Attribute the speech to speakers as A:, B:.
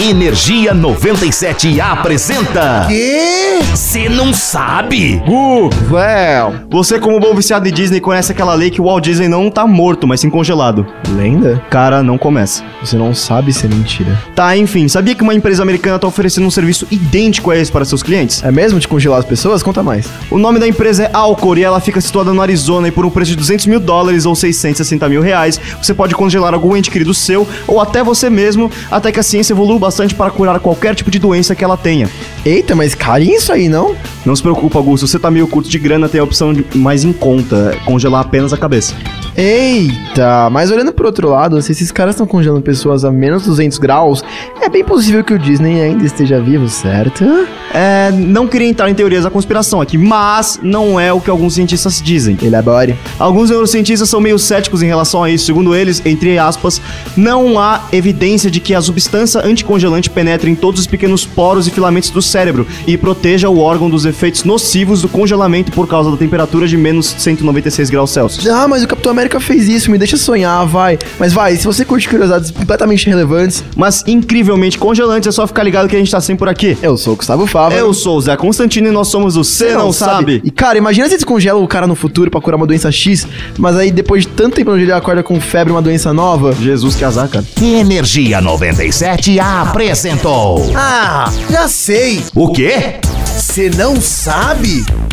A: Energia 97 apresenta.
B: Quê?
A: Você não sabe?
C: Gu, Léo, você como um bom viciado de Disney conhece aquela lei que o Walt Disney não tá morto, mas sim congelado.
B: Lenda?
C: Cara, não começa.
B: Você não sabe se é mentira.
C: Tá, enfim, sabia que uma empresa americana tá oferecendo um serviço idêntico a esse para seus clientes?
B: É mesmo de congelar as pessoas? Conta mais.
C: O nome da empresa é Alcor e ela fica situada no Arizona e por um preço de 200 mil dólares ou 660 mil reais, você pode congelar algum ente querido seu ou até você mesmo, até que a ciência evolua bastante para curar qualquer tipo de doença que ela tenha.
B: Eita, mas carinho isso aí, não?
C: Não se preocupa, Gu, se você tá meio curto de grana, tem a opção de- mais em conta, é congelar apenas a cabeça.
B: Eita, mas olhando pro outro lado, se esses caras estão congelando pessoas a menos 200 graus, é bem possível que o Disney ainda esteja vivo, certo?
C: É, não queria entrar em teorias da conspiração aqui, mas não é o que alguns cientistas dizem.
B: Elabore.
C: Alguns neurocientistas são meio céticos em relação a isso. Segundo eles, entre aspas, não há evidência de que a substância anticongelante penetre em todos os pequenos poros e filamentos do cérebro e proteja o órgão dos efeitos nocivos do congelamento por causa da temperatura de menos 196 graus Celsius.
B: Ah, mas o Capitão América fez isso, me deixa sonhar, vai. Mas vai, se você curte curiosidades completamente relevantes,
C: Mas incrivelmente congelante, é só ficar ligado que a gente tá sempre por aqui.
B: eu sou o Gustavo Fava.
C: Eu sou o Zé Constantino e nós somos o Cê Não, Sabe.
B: E cara, imagina se eles congelam o cara no futuro pra curar uma doença X, mas aí depois de tanto tempo onde ele acorda com febre, uma doença nova.
C: Jesus, que azar, cara.
A: Energia 97 apresentou.
D: Ah, já sei.
A: O quê?
D: Você não sabe?